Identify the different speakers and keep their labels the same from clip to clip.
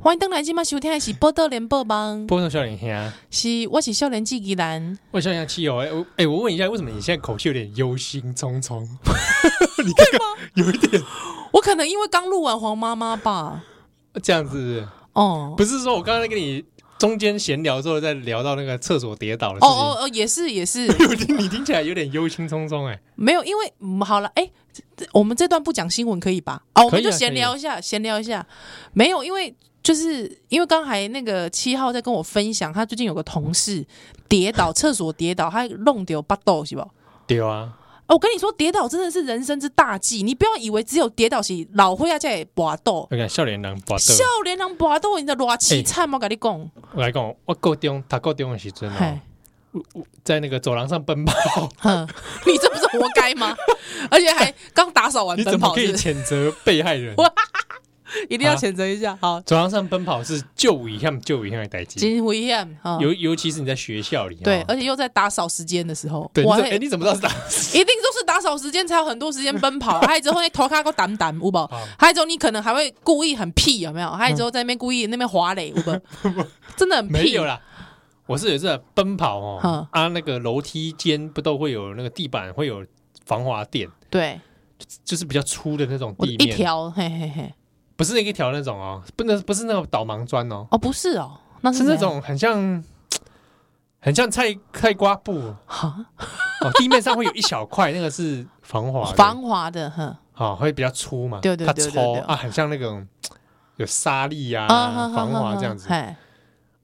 Speaker 1: 欢迎登来，今麦收听的是《报道联播网》，
Speaker 2: 波特少年兄，
Speaker 1: 是我是少年纪依兰。
Speaker 2: 为少年气友，哎、我哎、我问一下，为什么你现在口气有点忧心忡 忡？
Speaker 1: 我可能因为刚录完《黄妈妈》吧，
Speaker 2: 这样子
Speaker 1: 哦，
Speaker 2: 不是说我刚刚在跟你中间闲聊之后，在聊到那个厕所跌倒的事
Speaker 1: 哦
Speaker 2: 情，
Speaker 1: 哦哦，也是也是，
Speaker 2: 有听你听起来有点忧心忡忡哎。
Speaker 1: 没有，因为、嗯、好了，哎、这这我们这段不讲新闻可以吧？啊，我
Speaker 2: 可
Speaker 1: 们
Speaker 2: 以啊
Speaker 1: 就闲聊一下，闲聊一下。没有，因为就是因为刚才那个七号在跟我分享，他最近有个同事跌倒，厕所跌倒，他弄丢八豆是吧？
Speaker 2: 对啊，
Speaker 1: 哦我跟你说，跌倒真的是人生之大忌，你不要以为只有跌倒是老会啊在拔豆。
Speaker 2: 我讲少年人拔豆，
Speaker 1: 少年人拔豆，你的热气惨我跟你讲，
Speaker 2: 我来讲，我高中他高中的时阵哦
Speaker 1: 嘿，，
Speaker 2: 在那个走廊上奔跑，
Speaker 1: 哼， 你这不是活该 吗？而且还刚打扫完
Speaker 2: 你
Speaker 1: 奔
Speaker 2: 怎么
Speaker 1: 跑，
Speaker 2: 可以
Speaker 1: 是不是？
Speaker 2: 谴责被害 人？
Speaker 1: 我一定要
Speaker 2: 啊
Speaker 1: 谴责一下。好，
Speaker 2: 走廊上奔跑是救一项救一项的哦代志，
Speaker 1: 真危险哈。
Speaker 2: 尤尤其是你在学校里哦，
Speaker 1: 对，而且又在打扫时间的时候，
Speaker 2: 对，你
Speaker 1: 哇
Speaker 2: 怎
Speaker 1: 嘿
Speaker 2: 哎你怎么知道是打
Speaker 1: 一定都是打扫时间才有很多时间奔 跑，还有之后那头卡个掸掸，有无
Speaker 2: 啊？
Speaker 1: 还有之后你可能还会故意很屁，有没有？还有之后在那边故意那边滑垒，有 无？真的很
Speaker 2: 没
Speaker 1: 屁，
Speaker 2: 有啦，我是有一次奔跑
Speaker 1: 嗯
Speaker 2: 哦，啊，那个楼梯间不都会有那个地板会有防滑垫，
Speaker 1: 对，
Speaker 2: 就是比较粗的那种
Speaker 1: 我
Speaker 2: 地
Speaker 1: 一
Speaker 2: 面，
Speaker 1: 条，嘿嘿嘿，
Speaker 2: 不是那一条那种哦，不能不是那种导盲砖哦，
Speaker 1: 哦，不是哦，那
Speaker 2: 是
Speaker 1: 怎
Speaker 2: 那
Speaker 1: 样
Speaker 2: 种很像很像菜菜瓜布哦，
Speaker 1: 哈
Speaker 2: 地面上会有一小块，那个是防滑的
Speaker 1: 防滑的，哼，
Speaker 2: 哦，会比较粗嘛，
Speaker 1: 对对
Speaker 2: 它
Speaker 1: 对对
Speaker 2: 抽
Speaker 1: 对
Speaker 2: 啊，很像那种有沙粒啊
Speaker 1: 啊哈哈
Speaker 2: 防
Speaker 1: 哈
Speaker 2: 滑
Speaker 1: 哈
Speaker 2: 这样子，
Speaker 1: 嘿，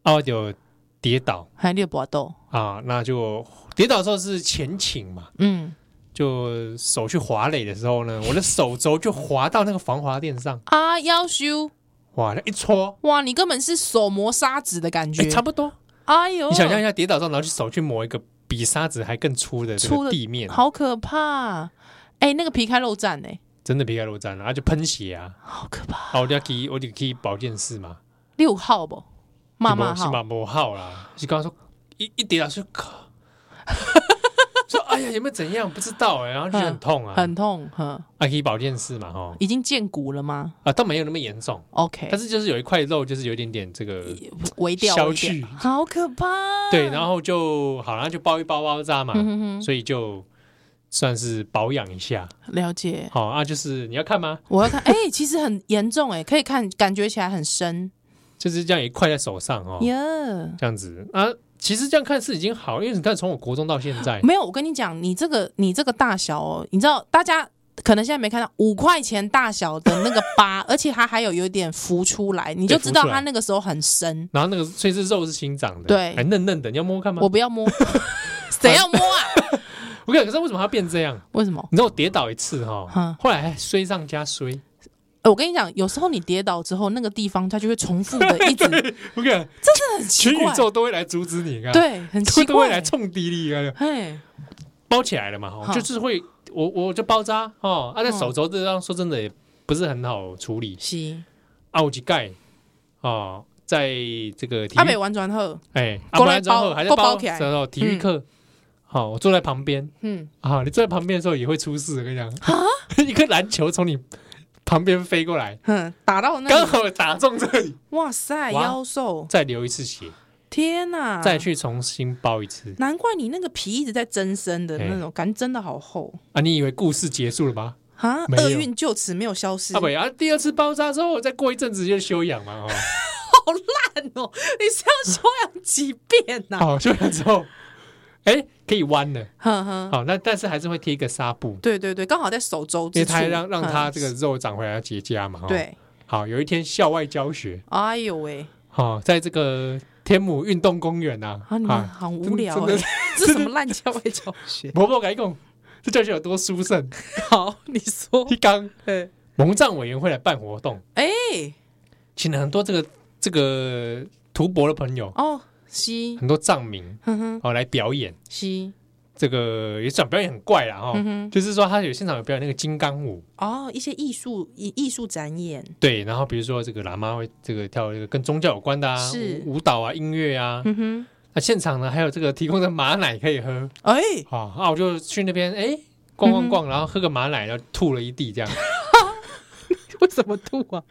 Speaker 2: 啊有跌倒
Speaker 1: 还有搏斗，
Speaker 2: 啊，那就跌倒的时候是前倾嘛。
Speaker 1: 嗯
Speaker 2: 就手去滑垒的时候呢，我的手肘就滑到那个防滑垫上，
Speaker 1: 啊，要修
Speaker 2: 哇，那一戳，
Speaker 1: 哇，你根本是手磨砂纸的感
Speaker 2: 哎、
Speaker 1: 觉，
Speaker 2: 差不多。
Speaker 1: 哎呦，
Speaker 2: 你想象一下，跌倒之后，然后去手去磨一个比砂纸还更粗的这
Speaker 1: 粗
Speaker 2: 个
Speaker 1: 的
Speaker 2: 地面，
Speaker 1: 好可怕，哎，那个皮开肉绽，哎，
Speaker 2: 真的皮开肉绽了，然后就喷血啊！
Speaker 1: 好可怕。
Speaker 2: 啊，我就要去，我就去保健室嘛，
Speaker 1: 六号不？骂骂
Speaker 2: 是
Speaker 1: 号
Speaker 2: 嘛，磨号啦。就刚刚说一一跌倒就 靠，说哎呀有没有怎样不知道哎、然后就觉得很痛啊，
Speaker 1: 嗯很痛，哼，
Speaker 2: 啊去保健室嘛哈，
Speaker 1: 已经见骨了吗
Speaker 2: 啊倒没有那么严重，
Speaker 1: ？OK，
Speaker 2: 但是就是有一块肉就是有一点点这个
Speaker 1: 微掉
Speaker 2: 消
Speaker 1: 微掉
Speaker 2: 去
Speaker 1: 好可怕。
Speaker 2: 对，然后就好，然后就包一包包扎嘛，
Speaker 1: 嗯哼哼，
Speaker 2: 所以就算是保养一下。
Speaker 1: 了解。
Speaker 2: 好、啊，就是你要看吗？
Speaker 1: 我要看，哎，其实很严重，哎，可以看，感觉起来很深，
Speaker 2: 就是这样一块在手上哦，
Speaker 1: 耶。
Speaker 2: 这样子啊。其实这样看是已经好，因为你看从我国中到现在，
Speaker 1: 没有，我跟你讲，你这个你这个大小哦，你知道大家。可能现在没看到五块钱大小的那个 疤，而且它还有有点浮出来，你就
Speaker 2: 对浮
Speaker 1: 知道
Speaker 2: 出来
Speaker 1: 它那个时候很深。
Speaker 2: 然后那个所以是肉是新长的，
Speaker 1: 对
Speaker 2: 还嫩嫩的，你要摸摸看吗？
Speaker 1: 我不要 摸，谁要摸啊？
Speaker 2: 我跟你讲，可 是为什么它变这样？
Speaker 1: 为什么？
Speaker 2: 你知道我跌倒一 次哈、
Speaker 1: 嗯
Speaker 2: 后来还衰上加衰。
Speaker 1: 欸我跟你讲，有时候你跌倒之后，那个地方它就会重复的一直，真
Speaker 2: 我跟你讲，
Speaker 1: 的 很奇
Speaker 2: 全宇
Speaker 1: 怪，
Speaker 2: 宙都会来阻止你，你看，，
Speaker 1: 对，很奇
Speaker 2: 都会来
Speaker 1: 怪。
Speaker 2: 冲敌你，你看。
Speaker 1: 嘿，
Speaker 2: 包起来了嘛，
Speaker 1: 好
Speaker 2: 哈，就是会我我就包扎哦，啊，在
Speaker 1: 嗯
Speaker 2: 手肘这张说真的也不是很好处理
Speaker 1: 是，
Speaker 2: 啊，有一盖哦，在这个体
Speaker 1: 阿北
Speaker 2: 育
Speaker 1: 玩转后，
Speaker 2: 哎，啊
Speaker 1: 过来
Speaker 2: 完了之后
Speaker 1: 包
Speaker 2: 还在
Speaker 1: 过包
Speaker 2: 包
Speaker 1: 起来
Speaker 2: 然后体育
Speaker 1: 嗯
Speaker 2: 课，好，我坐在旁边
Speaker 1: 嗯，
Speaker 2: 啊，你坐在旁边的时候也会出事，我跟你讲， 一个篮球从你旁边飞过来，
Speaker 1: 哼，打到那
Speaker 2: 刚
Speaker 1: 里，
Speaker 2: 好打中这里，
Speaker 1: 哇塞，
Speaker 2: 哇
Speaker 1: 腰瘦，
Speaker 2: 再流一次血，
Speaker 1: 天哪、
Speaker 2: 再去重新包一次
Speaker 1: 难怪你那个皮一直在增生的那种，感觉真的好厚
Speaker 2: 啊，你以为故事结束了吗？
Speaker 1: 啊！
Speaker 2: 没有
Speaker 1: 厄运就此没有消失，
Speaker 2: 啊不，啊，第二次包扎之后，再过一阵子就休养嘛，哦。
Speaker 1: 烂哦！ 你是要休养几遍呐、
Speaker 2: 好，休养 之后，哎、可以弯了。
Speaker 1: 哼哼，
Speaker 2: 好，那但是还是会贴一个纱布，
Speaker 1: 对对对，刚好在手肘
Speaker 2: 因
Speaker 1: 之
Speaker 2: 为
Speaker 1: 处，
Speaker 2: 它让让它这
Speaker 1: 个
Speaker 2: 个肉长回来要结痂嘛。哦，
Speaker 1: 对，
Speaker 2: 好，有一天校外教学，
Speaker 1: 哎呦喂，
Speaker 2: 哦，在这个天母运动公园呐、
Speaker 1: 啊，你们好无聊
Speaker 2: 真
Speaker 1: 哎、
Speaker 2: 的
Speaker 1: 这什么烂教外教学？
Speaker 2: 婆婆改讲，这教学有多殊胜。
Speaker 1: 好，你说
Speaker 2: 一刚
Speaker 1: 对，
Speaker 2: 蒙藏委员会来办活动，
Speaker 1: 哎、
Speaker 2: 请了很多这个这个图博的朋友，
Speaker 1: 哦，西，
Speaker 2: 很多藏民
Speaker 1: 哼哼，
Speaker 2: 哦来表演。
Speaker 1: 西，
Speaker 2: 这个也讲表演很怪啦，哦，
Speaker 1: 嗯哼，
Speaker 2: 就是说他有现场有表演那个金刚舞，
Speaker 1: 哦，一些艺术艺艺术展演，
Speaker 2: 对，然后比如说这个喇嘛会这个跳这个跟宗教有关的啊，
Speaker 1: 是
Speaker 2: 舞舞蹈啊、音乐啊。
Speaker 1: 嗯哼，
Speaker 2: 那现场呢还有这个提供的马奶可以喝
Speaker 1: 哎、
Speaker 2: 啊，啊
Speaker 1: 嗯
Speaker 2: 我就去那边哎逛逛逛，然后喝个马奶，然后吐了一地这样。
Speaker 1: 为什么吐啊？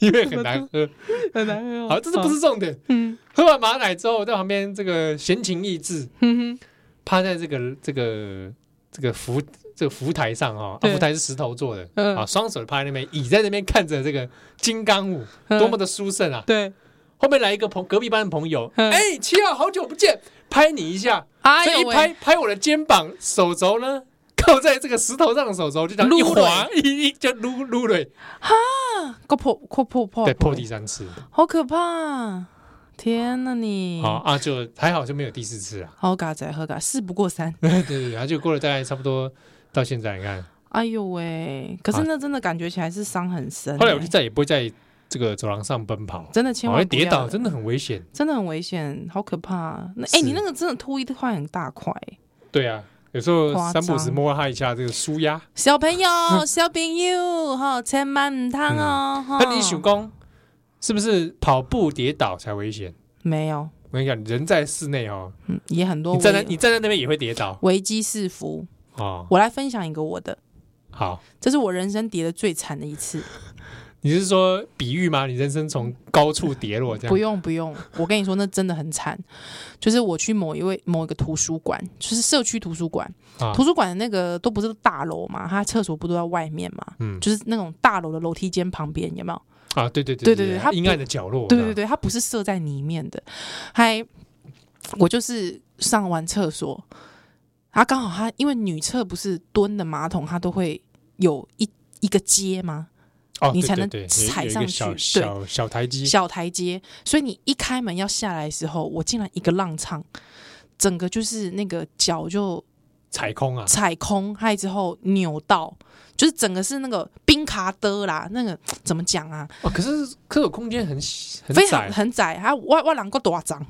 Speaker 2: 因为很难 喝。
Speaker 1: 很难喝、哦。
Speaker 2: 好，这是不是重点？
Speaker 1: 嗯
Speaker 2: 喝完马奶之后，我在旁边这个闲情逸致，
Speaker 1: 哼哼
Speaker 2: 趴在这个这个这个浮这个浮台上哈、
Speaker 1: 对
Speaker 2: 啊，浮台是石头做的，
Speaker 1: 嗯
Speaker 2: 啊，双手趴在那边，倚在那边看着这个金刚舞，
Speaker 1: 嗯
Speaker 2: 多么的殊胜啊！
Speaker 1: 对，
Speaker 2: 后面来一个朋隔壁班的朋友，
Speaker 1: 嗯
Speaker 2: 哎，七号好久不见，拍你一下，
Speaker 1: 哎
Speaker 2: 这一
Speaker 1: 呦
Speaker 2: 拍
Speaker 1: 喂，
Speaker 2: 拍我的肩膀，手肘呢 靠在这个石头上的手肘就这样一
Speaker 1: 撸了
Speaker 2: 滑一一就撸撸了，
Speaker 1: 个破破破破，
Speaker 2: 对，破第三次，
Speaker 1: 好可怕啊！天哪你，
Speaker 2: 啊啊，就还好就没有第四次啊，
Speaker 1: 好嘎仔喝嘎，事不过三。
Speaker 2: 对 对对，然后就过了大概差不多到现在，你看，
Speaker 1: 哎呦喂，可是那真的感觉起来是伤很深欸、
Speaker 2: 啊后来我就再也不会在这个走廊上奔跑。
Speaker 1: 真的千
Speaker 2: 好
Speaker 1: 万
Speaker 2: 像
Speaker 1: 不
Speaker 2: 跌
Speaker 1: 要
Speaker 2: 倒
Speaker 1: 了
Speaker 2: 真的很危险。
Speaker 1: 真的很危险，好可怕、啊！那哎、
Speaker 2: 是
Speaker 1: 你那个真的秃一块很大块、欸
Speaker 2: 对啊，有时候
Speaker 1: 夸张
Speaker 2: 三不五时摸他一下这个舒压。
Speaker 1: 小朋
Speaker 2: 嗯
Speaker 1: 友，小朋友，哈，千万唔烫哦。哈
Speaker 2: 那你想讲是不是跑步跌倒才危险？
Speaker 1: 没有？
Speaker 2: 我跟你讲，人在室内哦，
Speaker 1: 嗯，也很多
Speaker 2: 你站在
Speaker 1: 危
Speaker 2: 你站在那边也会跌倒
Speaker 1: 危机四伏。
Speaker 2: 哦。
Speaker 1: 我来分享一个我的，
Speaker 2: 好，
Speaker 1: 这是我人生跌的最惨的一次。
Speaker 2: 你是说比喻吗？你人生从高处跌落这样？
Speaker 1: 不用不 用，我跟你说，那真的很惨。就是我去某一位某一个图书馆，就是社区图书馆，
Speaker 2: 啊
Speaker 1: 图书馆的那个都不是大楼嘛，它厕所不都在外面嘛，
Speaker 2: 嗯
Speaker 1: 就是那种大楼的楼梯间旁边，有没有？
Speaker 2: 啊，对对
Speaker 1: 对
Speaker 2: 对
Speaker 1: 对
Speaker 2: 对
Speaker 1: 对他
Speaker 2: 阴暗的角落。啊
Speaker 1: 对对
Speaker 2: 对，
Speaker 1: 对，它不是设在里面的。还我就是上完厕所，啊，刚好它因为女厕不是蹲的马桶，它都会有一一个阶吗？
Speaker 2: 哦，
Speaker 1: 你
Speaker 2: 对
Speaker 1: 才
Speaker 2: 对
Speaker 1: 能
Speaker 2: 对有
Speaker 1: 踩
Speaker 2: 有一
Speaker 1: 上
Speaker 2: 个
Speaker 1: 去
Speaker 2: 小
Speaker 1: 对
Speaker 2: 小小台阶。
Speaker 1: 小台阶，所以你一开门要下来的时候，我竟然一个踉跄，整个就是那个脚就
Speaker 2: 踩空啊！
Speaker 1: 踩空，还之后扭到，就是整个是那个冰卡的啦，那个怎么讲啊？
Speaker 2: 哦，可是可是我空间很小很
Speaker 1: 非常
Speaker 2: 窄，
Speaker 1: 很窄，还我我两个多张，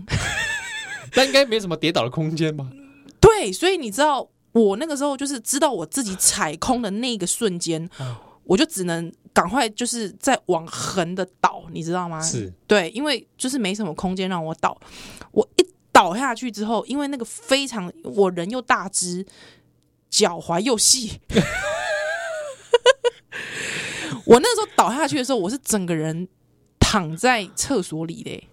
Speaker 2: 那应该没什么跌倒的空间吧？
Speaker 1: 对，所以你知道我那个时候就是知道我自己踩空的那个瞬间
Speaker 2: 哦，
Speaker 1: 我就只能赶快就是在往横的倒，你知道吗？
Speaker 2: 是
Speaker 1: 对，因为就是没什么空间让我倒，我一倒下去之后，因为那个非常我人又大只，脚踝又细， 我那时候倒下去的时候，我是整个人躺在厕所里的欸、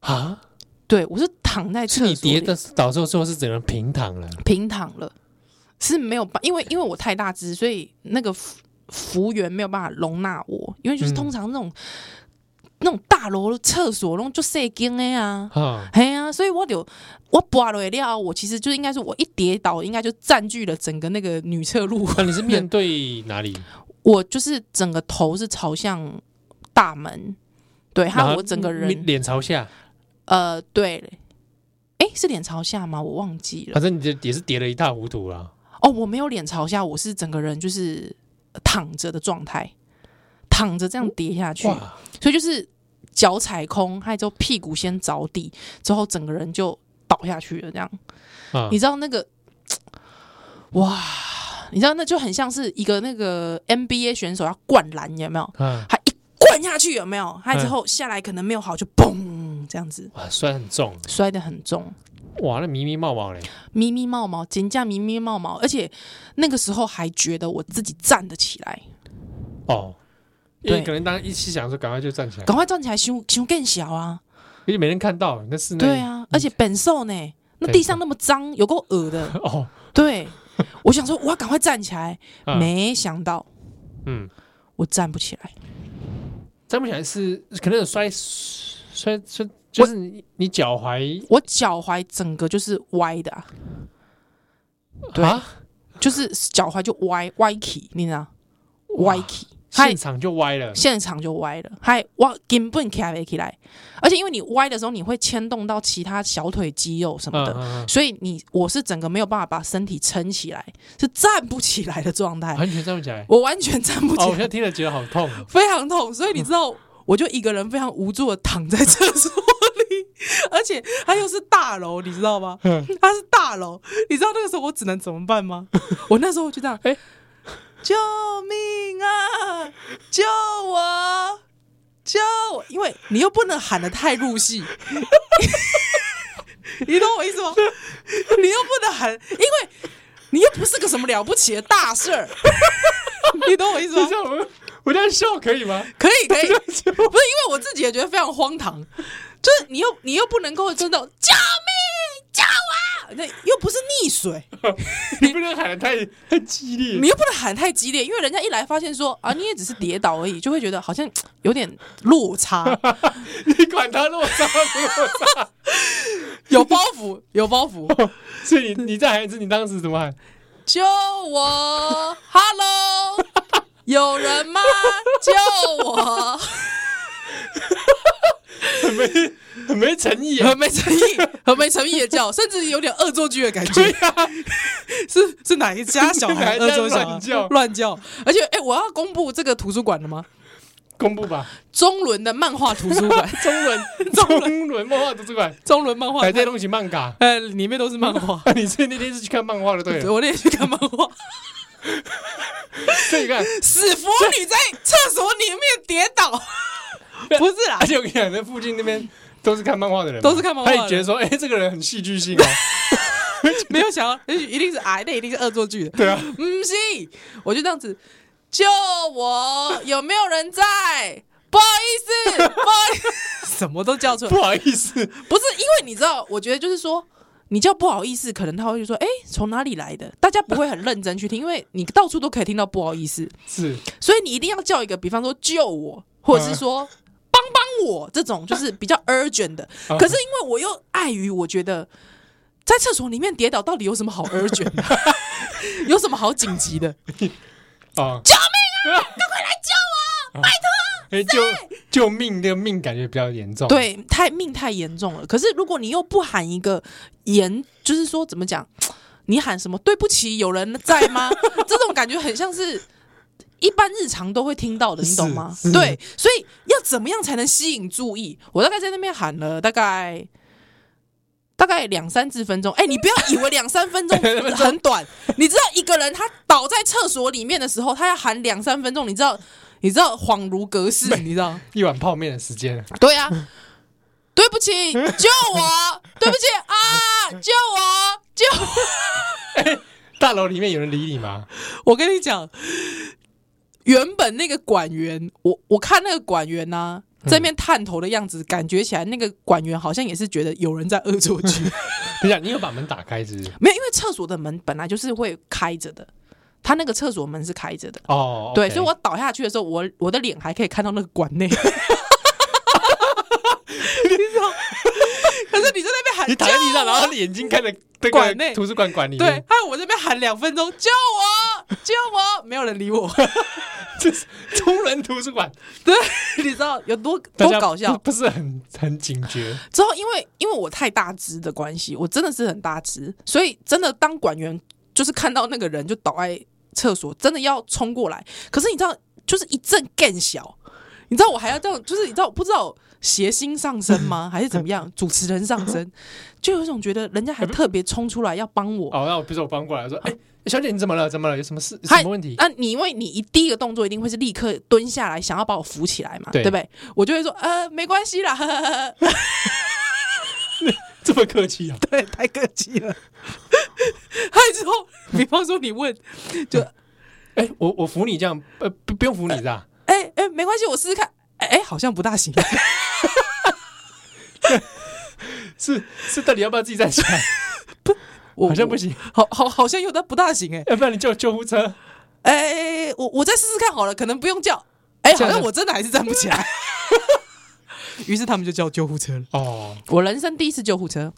Speaker 2: 啊，
Speaker 1: 对我是躺在
Speaker 2: 是
Speaker 1: 厕
Speaker 2: 你
Speaker 1: 所
Speaker 2: 跌
Speaker 1: 里
Speaker 2: 的倒之后之后是整个人平躺了。
Speaker 1: 平躺了，是没有办，因为因为我太大只，所以那个服服务员没有办法容纳我，因为就是
Speaker 2: 嗯
Speaker 1: 通常那种、那种大楼的厕所，那种就射精的啊。
Speaker 2: 啊，
Speaker 1: 嘿啊，所以我就我拔了料，我其实就应该是我一跌倒，应该就占据了整个那个女厕路。
Speaker 2: 那 你是面对哪里？
Speaker 1: 我就是整个头是朝向大门，对，还
Speaker 2: 然
Speaker 1: 有
Speaker 2: 后
Speaker 1: 我整个
Speaker 2: 面
Speaker 1: 人，
Speaker 2: 脸朝下，
Speaker 1: 呃，对，诶，是脸朝下吗？我忘记了
Speaker 2: 反。正你就也是跌了一塌糊涂啦。
Speaker 1: 哦，我没有脸朝下，我是整个人就是呃躺着的状态，躺着这样跌下去，
Speaker 2: 哇，
Speaker 1: 所以就是脚踩空，还之后屁股先着地，之后整个人就倒下去了，这样。
Speaker 2: 啊
Speaker 1: 你知道那个，哇，你知道那就很像是一个那个 NBA 选手要灌篮，有没有？
Speaker 2: 啊，
Speaker 1: 他一灌下去有没有？他之后下来可能没有好，就嘣这样子
Speaker 2: 哇，摔很重，
Speaker 1: 摔得很重，
Speaker 2: 哇，那迷迷冒冒嘞，
Speaker 1: 迷迷冒冒，肩架迷迷冒冒，而且那个时候还觉得我自己站得起来，
Speaker 2: 哦，因为
Speaker 1: 对
Speaker 2: 可能当一起想的时候，赶快就站起来，
Speaker 1: 赶快站起来，胸胸更小啊！
Speaker 2: 因为没人看到那室内，
Speaker 1: 对，啊，而且本兽呢，那地上那么脏，有够恶的。
Speaker 2: 哦，
Speaker 1: 对，我想说我要赶快站起来，
Speaker 2: 啊，
Speaker 1: 没想到
Speaker 2: 嗯，
Speaker 1: 我站不起来。
Speaker 2: 站不起来是可能有摔摔摔，就是你你脚踝
Speaker 1: 我脚踝整个就是歪的、啊，对
Speaker 2: 啊，
Speaker 1: 就是脚踝就歪歪起，你知道？歪起，嗨
Speaker 2: 现，场就歪了，
Speaker 1: 现场就歪了，嗨，我根本卡不起来。而且因为你歪的时候，你会牵动到其他小腿肌肉什么的，
Speaker 2: 嗯，
Speaker 1: 所以你我是整个没有办法把身体撑起来，是站不起来的状态。
Speaker 2: 完全站不起来，
Speaker 1: 哎我完全站不起
Speaker 2: 哦，我
Speaker 1: 来，
Speaker 2: 现在听了觉得好痛 哦，
Speaker 1: 非常痛，所以你知道， 我就一个人非常无助的躺在厕所里，而且它又是大楼，你知道吗？
Speaker 2: 嗯
Speaker 1: 它是大楼，你知道那个时候我只能怎么办 吗？我那时候就这样，
Speaker 2: 哎
Speaker 1: 救命啊！救我！救我！因为你又不能喊的太入戏， 你懂我意思吗？你又不能喊，因为 你又不是个什么了不起的大事儿，你懂我意思
Speaker 2: 就
Speaker 1: 吗？
Speaker 2: 像我们我这样笑可以吗？
Speaker 1: 可以可以，不是因为我自己也觉得非常荒唐，就是你又你又不能够真的救命救啊，那又不是溺水，
Speaker 2: 你不能喊的太太激烈，
Speaker 1: 你又不能喊太激烈，因为人家一来发现说啊你也只是跌倒而已，就会觉得好像有点落差，
Speaker 2: 你管他落差不 落差，
Speaker 1: 有包袱有包袱，
Speaker 2: 所以你你再喊一次，你当时怎么喊？
Speaker 1: 救我，Hello，有人吗？救我，
Speaker 2: 很没很没诚意啊！
Speaker 1: 很没诚意，很没诚意的叫，甚至有点恶作剧的感觉。
Speaker 2: 对呀、
Speaker 1: 是是哪一家小
Speaker 2: 哪
Speaker 1: 孩
Speaker 2: 一家
Speaker 1: 恶作小
Speaker 2: 乱
Speaker 1: 孩
Speaker 2: 叫
Speaker 1: 乱叫？而且，哎、我要公布这个图书馆了吗？
Speaker 2: 公布吧，，
Speaker 1: 中伦的漫画图书馆
Speaker 2: 中文中文漫画图书馆，
Speaker 1: 中伦漫画
Speaker 2: 海，哎带东西漫嘎。
Speaker 1: 呃，里面都是漫 画。
Speaker 2: 啊 你是那天是去看漫画的，对了？
Speaker 1: 我那天去看漫画，
Speaker 2: 所以你看，
Speaker 1: 死腐女在厕所里面跌倒， 不是啦
Speaker 2: 而，且我跟你讲，那附近那边都是看漫画的人嘛，
Speaker 1: 都是看漫画的
Speaker 2: 他也觉得说，哎，这个人很戏剧性哦。
Speaker 1: 没有想到，也许一定是啊，那一定是恶作剧的。
Speaker 2: 对啊，
Speaker 1: 不是，我就这样子，救我！有没有人在？不好意 思，不好意思，什么都叫出来。
Speaker 2: 不好意思，
Speaker 1: 不是因为你知道，我觉得就是说，你叫不好意思，可能他会就说，哎、从哪里来的？大家不会很认真去听，因为你到处都可以听到不好意思，
Speaker 2: 是
Speaker 1: 所以你一定要叫一个，比方说救我，或者是说帮帮我这种，就是比较 urgent 的。
Speaker 2: 嗯
Speaker 1: 可是因为我又碍于我觉得。在厕所里面跌倒，到底有什么好 urgent 的？ 有什么好紧急的？
Speaker 2: 啊，救命啊！赶快来救我，拜托！哎，救救命！这个命感觉比较严重。，啊
Speaker 1: 对，太命太严重了。可是如果你又不喊一个严，就是说怎么讲，你喊什么对不起，有人在吗？这种感觉很像是。一般日常都会听到的，你懂吗
Speaker 2: 是？是
Speaker 1: 对，所以要怎么样才能吸引注意？我大概在那边喊了大概大概两三至分钟。哎、你不要以为 两三分钟很短，你知道一个人他倒在厕所里面的时候，他要喊两三分钟，你知道，你知道恍如隔世，你知道？
Speaker 2: 一碗泡面的时间，
Speaker 1: 对啊，对不起，救我！对不起啊，救我！救
Speaker 2: 大楼里面有人理你吗？
Speaker 1: 我！我跟你讲，原本那个管员，我我看那个管员呢、在那边探头的样子，感觉起来那个管员好像也是觉得有人在恶作 剧。
Speaker 2: 等一下，你有把门打开是不是？
Speaker 1: 没有，因为厕所的门本来就是会开着的，他那个厕所门是开着的。
Speaker 2: 哦，
Speaker 1: 对，
Speaker 2: OK
Speaker 1: 所以我倒下去的时候，我我的脸还可以看到那个管内。你 知道？ 可是你在那边喊，
Speaker 2: 你躺在地上，
Speaker 1: 救我
Speaker 2: 然后眼睛看着这
Speaker 1: 管内
Speaker 2: 个图书馆管理
Speaker 1: 对
Speaker 2: 员，，
Speaker 1: 还有我这边喊两分钟，救我，救我，没有人理 我。
Speaker 2: 这是 中人图书馆，
Speaker 1: 对，你知道有多
Speaker 2: 大
Speaker 1: 多
Speaker 2: 家
Speaker 1: 搞笑
Speaker 2: 不？不是很很警觉，
Speaker 1: 之后因为因为我太大只的关系，我真的是很大只，所以真的当管员就是看到那个人就倒在厕所，真的要冲过来。可是你知道，就是一阵更小，你知道我还要这样，就是你知道我不知道谐星上身吗，还是怎么 样？主持人上身，就有一种觉得人家
Speaker 2: 呃
Speaker 1: 还特别冲出来要帮我。
Speaker 2: 哦，那我比如说我帮过来说，哎、小姐你怎么了？怎么了？有什么事？有
Speaker 1: 嗨
Speaker 2: 什么 问题？
Speaker 1: 那你因为你一第一个动作一定会是立刻蹲下来，想要把我扶起来嘛，
Speaker 2: 对
Speaker 1: 对不对？我就会说呃，没关 系啦，呵呵呵呵
Speaker 2: 这么客气啊？
Speaker 1: 对，太客气了。还有之后， 比方说你问，就
Speaker 2: 哎、我我扶你这样，呃，不不用扶你是 吧？
Speaker 1: 哎哎、没关系，我试试看。哎、哎好像不大行，
Speaker 2: 是是，到底要不要自己站起来？
Speaker 1: 我
Speaker 2: 好像不，行，
Speaker 1: 我好好好像有点不大行 哎、
Speaker 2: 要不然你叫救护车。
Speaker 1: 哎、我我再试试看好了，可能不用叫。哎、
Speaker 2: 这
Speaker 1: 好
Speaker 2: 样
Speaker 1: 像
Speaker 2: 子
Speaker 1: 我真的还是站不起 来。于是他们就叫救护车了。
Speaker 2: 哦，
Speaker 1: 我人生第一次救护车，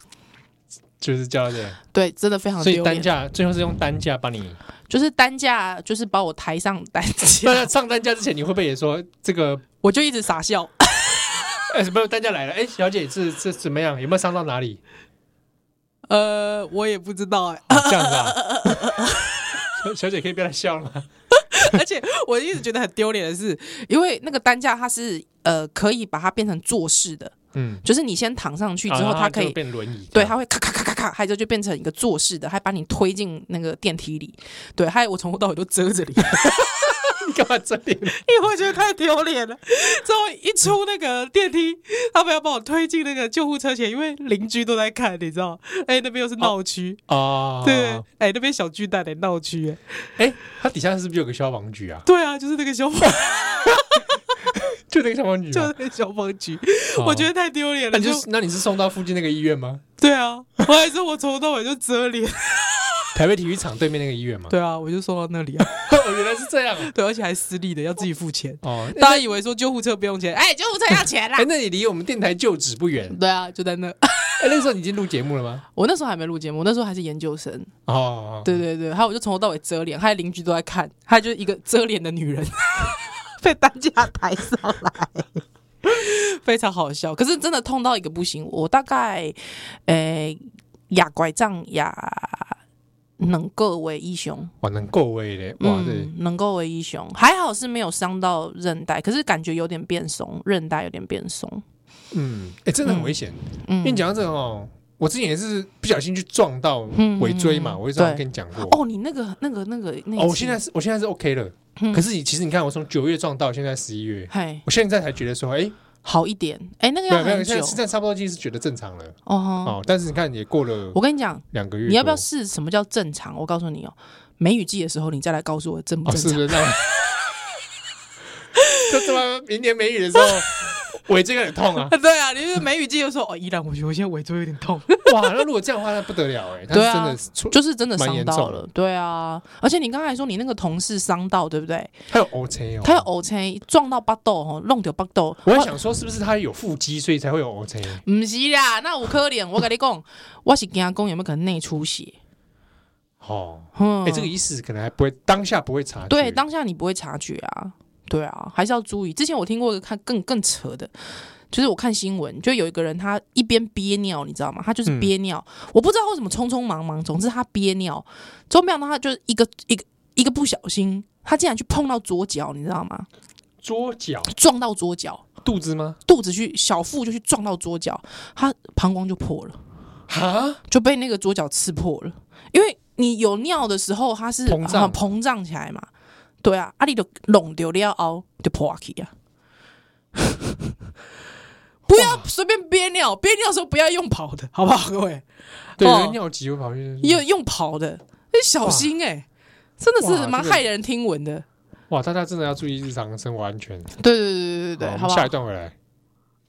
Speaker 2: 就是叫这样，
Speaker 1: 对，真的非常
Speaker 2: 所以
Speaker 1: 丢
Speaker 2: 担
Speaker 1: 脸。
Speaker 2: 架最后是用担架帮你。
Speaker 1: 就是担架，就是把我抬上担架，
Speaker 2: 那上担架之前，你会不会也说这个？
Speaker 1: 我就一直傻笑。
Speaker 2: 哎、什么担架来了？哎、小姐是是怎么样？有没有伤到哪里？
Speaker 1: 呃，我也不知道哎、
Speaker 2: 哦这样子啊？小 小姐可以不要再笑了吗？
Speaker 1: 而且我一直觉得很丢脸的是，因为那个担架它是呃可以把它变成坐式的，
Speaker 2: 嗯，
Speaker 1: 就是你先躺上去之后，
Speaker 2: 啊
Speaker 1: 它可
Speaker 2: 就
Speaker 1: 以。
Speaker 2: 变轮椅。
Speaker 1: 对，它会咔咔咔咔咔，还有之后就变成一个 坐式的，还把你推进那个电梯里。对，还有我从头到尾都遮着脸，
Speaker 2: 干嘛这里？
Speaker 1: 因为我觉得太丢脸了。之后一出那个电梯，他们要把我推进那个救护车前，因为邻居都在看，你知道？哎、那边又是闹区，
Speaker 2: 哦，
Speaker 1: 对，哎、那边小巨蛋的、闹区、哎
Speaker 2: 哎，它底下是不是有个消防局啊？
Speaker 1: 对啊，就是那个消 防，
Speaker 2: 就那个消防局
Speaker 1: 就
Speaker 2: 吗
Speaker 1: 是，那个消防局，
Speaker 2: 哦
Speaker 1: 我觉得太丢脸了。
Speaker 2: 那你
Speaker 1: 就
Speaker 2: 就是那你是送到附近那个医院吗？
Speaker 1: 对啊，我还说我从头到尾就遮脸。
Speaker 2: 台北体育场对面那个医院吗？
Speaker 1: 对啊，我就送到那里啊，
Speaker 2: 哦，原来是这样啊
Speaker 1: 对，而且还私立的，要自己付钱。
Speaker 2: 哦。
Speaker 1: 大家以为说救护车不用钱，哎、救护车要钱啦
Speaker 2: 哎，。那你离我们电台旧址不远。
Speaker 1: 对啊，就在那。
Speaker 2: 哎，那个时候你已经录节目了吗？
Speaker 1: 我那时候还没录节目，我那时候还是研究生。
Speaker 2: 哦哦，哦
Speaker 1: 对对对，还有我就从头到尾遮脸，还有邻居都在看，还有就是一个遮脸的女人 被担架抬上来， 非常好笑。可是真的痛到一个不行，我大概诶压、拐杖压能够为一雄，
Speaker 2: 哇，能够位嘞！哇，对，
Speaker 1: 嗯，能够为一雄，还好是没有伤到韧带，可是感觉有点变松，韧带有点变松。
Speaker 2: 嗯，哎，真的很危险。
Speaker 1: 嗯
Speaker 2: 因为，你讲到这个哦，我之前也是不小心去撞到尾椎
Speaker 1: 嗯
Speaker 2: 嘛，
Speaker 1: 嗯嗯
Speaker 2: 我一直好像
Speaker 1: 对
Speaker 2: 跟你讲过。
Speaker 1: 哦，你那个那个那个那一
Speaker 2: 哦，我
Speaker 1: 次
Speaker 2: 现在是，我现在是 OK 了。
Speaker 1: 嗯
Speaker 2: 可是你其实你看，我从九月撞到现在十一月，
Speaker 1: 嘿
Speaker 2: 我现在才觉得说，哎，
Speaker 1: 好一点，哎、那个
Speaker 2: 没有
Speaker 1: 要
Speaker 2: 没有，
Speaker 1: 很
Speaker 2: 现
Speaker 1: 久
Speaker 2: 在现在差不多就是觉得正常了。
Speaker 1: 哦吼。
Speaker 2: 啊哦，但是你看也过了
Speaker 1: 我跟你讲，
Speaker 2: 两个月多，
Speaker 1: 你要不要试什么叫正常？我告诉你哦，梅雨季的时候你再来告诉我正不
Speaker 2: 哦，
Speaker 1: 正
Speaker 2: 是
Speaker 1: 常。
Speaker 2: 不是？那 就这么明年梅雨的时候，尾椎有点痛 啊！
Speaker 1: 对啊，你就是梅雨季的时候哦，依然我觉得我现在尾椎有点痛，
Speaker 2: 哇，那如果这样的话，那不得了哎，他
Speaker 1: 对啊
Speaker 2: 真的是出，
Speaker 1: 就是真的
Speaker 2: 蛮
Speaker 1: 伤
Speaker 2: 严
Speaker 1: 到
Speaker 2: 重
Speaker 1: 了
Speaker 2: 的。
Speaker 1: 对啊，而且你刚才说你那个同事伤到，对不对？
Speaker 2: 他有 OK 哦，
Speaker 1: 他有 O K 撞到巴豆哦，弄掉巴豆。
Speaker 2: 我在想说，是不是他有腹肌，所以才会有 OK？
Speaker 1: 唔是啦，那有可能。我跟你 讲，我是惊讲有没有可能内出血。
Speaker 2: 哦，
Speaker 1: 嗯，
Speaker 2: 哎、这个医师可能还不会当下不会察觉，
Speaker 1: 对，当下你不会察觉啊，对啊，还是要注意。之前我听过一个看更更扯的，就是我看新闻，就有一个人他一边憋尿，你知道吗？他就是
Speaker 2: 嗯
Speaker 1: 憋尿，我不知道为什么匆匆忙忙，总之他憋尿，之后没想到他就是一个一个一个不小心，他竟然去碰到左脚，你知道吗？
Speaker 2: 桌脚
Speaker 1: 撞到左脚，
Speaker 2: 肚子吗？
Speaker 1: 肚子去小腹就去撞到左脚，他膀胱就破了，
Speaker 2: 哈，
Speaker 1: 就被那个左脚刺破了，因为你有尿的时候，它是
Speaker 2: 膨胀
Speaker 1: 很膨胀起来嘛。对啊，啊你就弄掉了后就破去啊！ 不要随便憋尿，憋尿的时候不要用跑的，好不好，各位？
Speaker 2: 对，
Speaker 1: 哦
Speaker 2: 有人尿急会跑去，
Speaker 1: 也有用跑的，要小心哎、真的
Speaker 2: 哇
Speaker 1: 是
Speaker 2: 这
Speaker 1: 蛮
Speaker 2: 个
Speaker 1: 骇人听闻的。
Speaker 2: 哇，大家真的要注意日常生活安全。
Speaker 1: 对对对对对对，
Speaker 2: 我
Speaker 1: 好
Speaker 2: 们
Speaker 1: 不
Speaker 2: 下
Speaker 1: 好
Speaker 2: 一？段回来。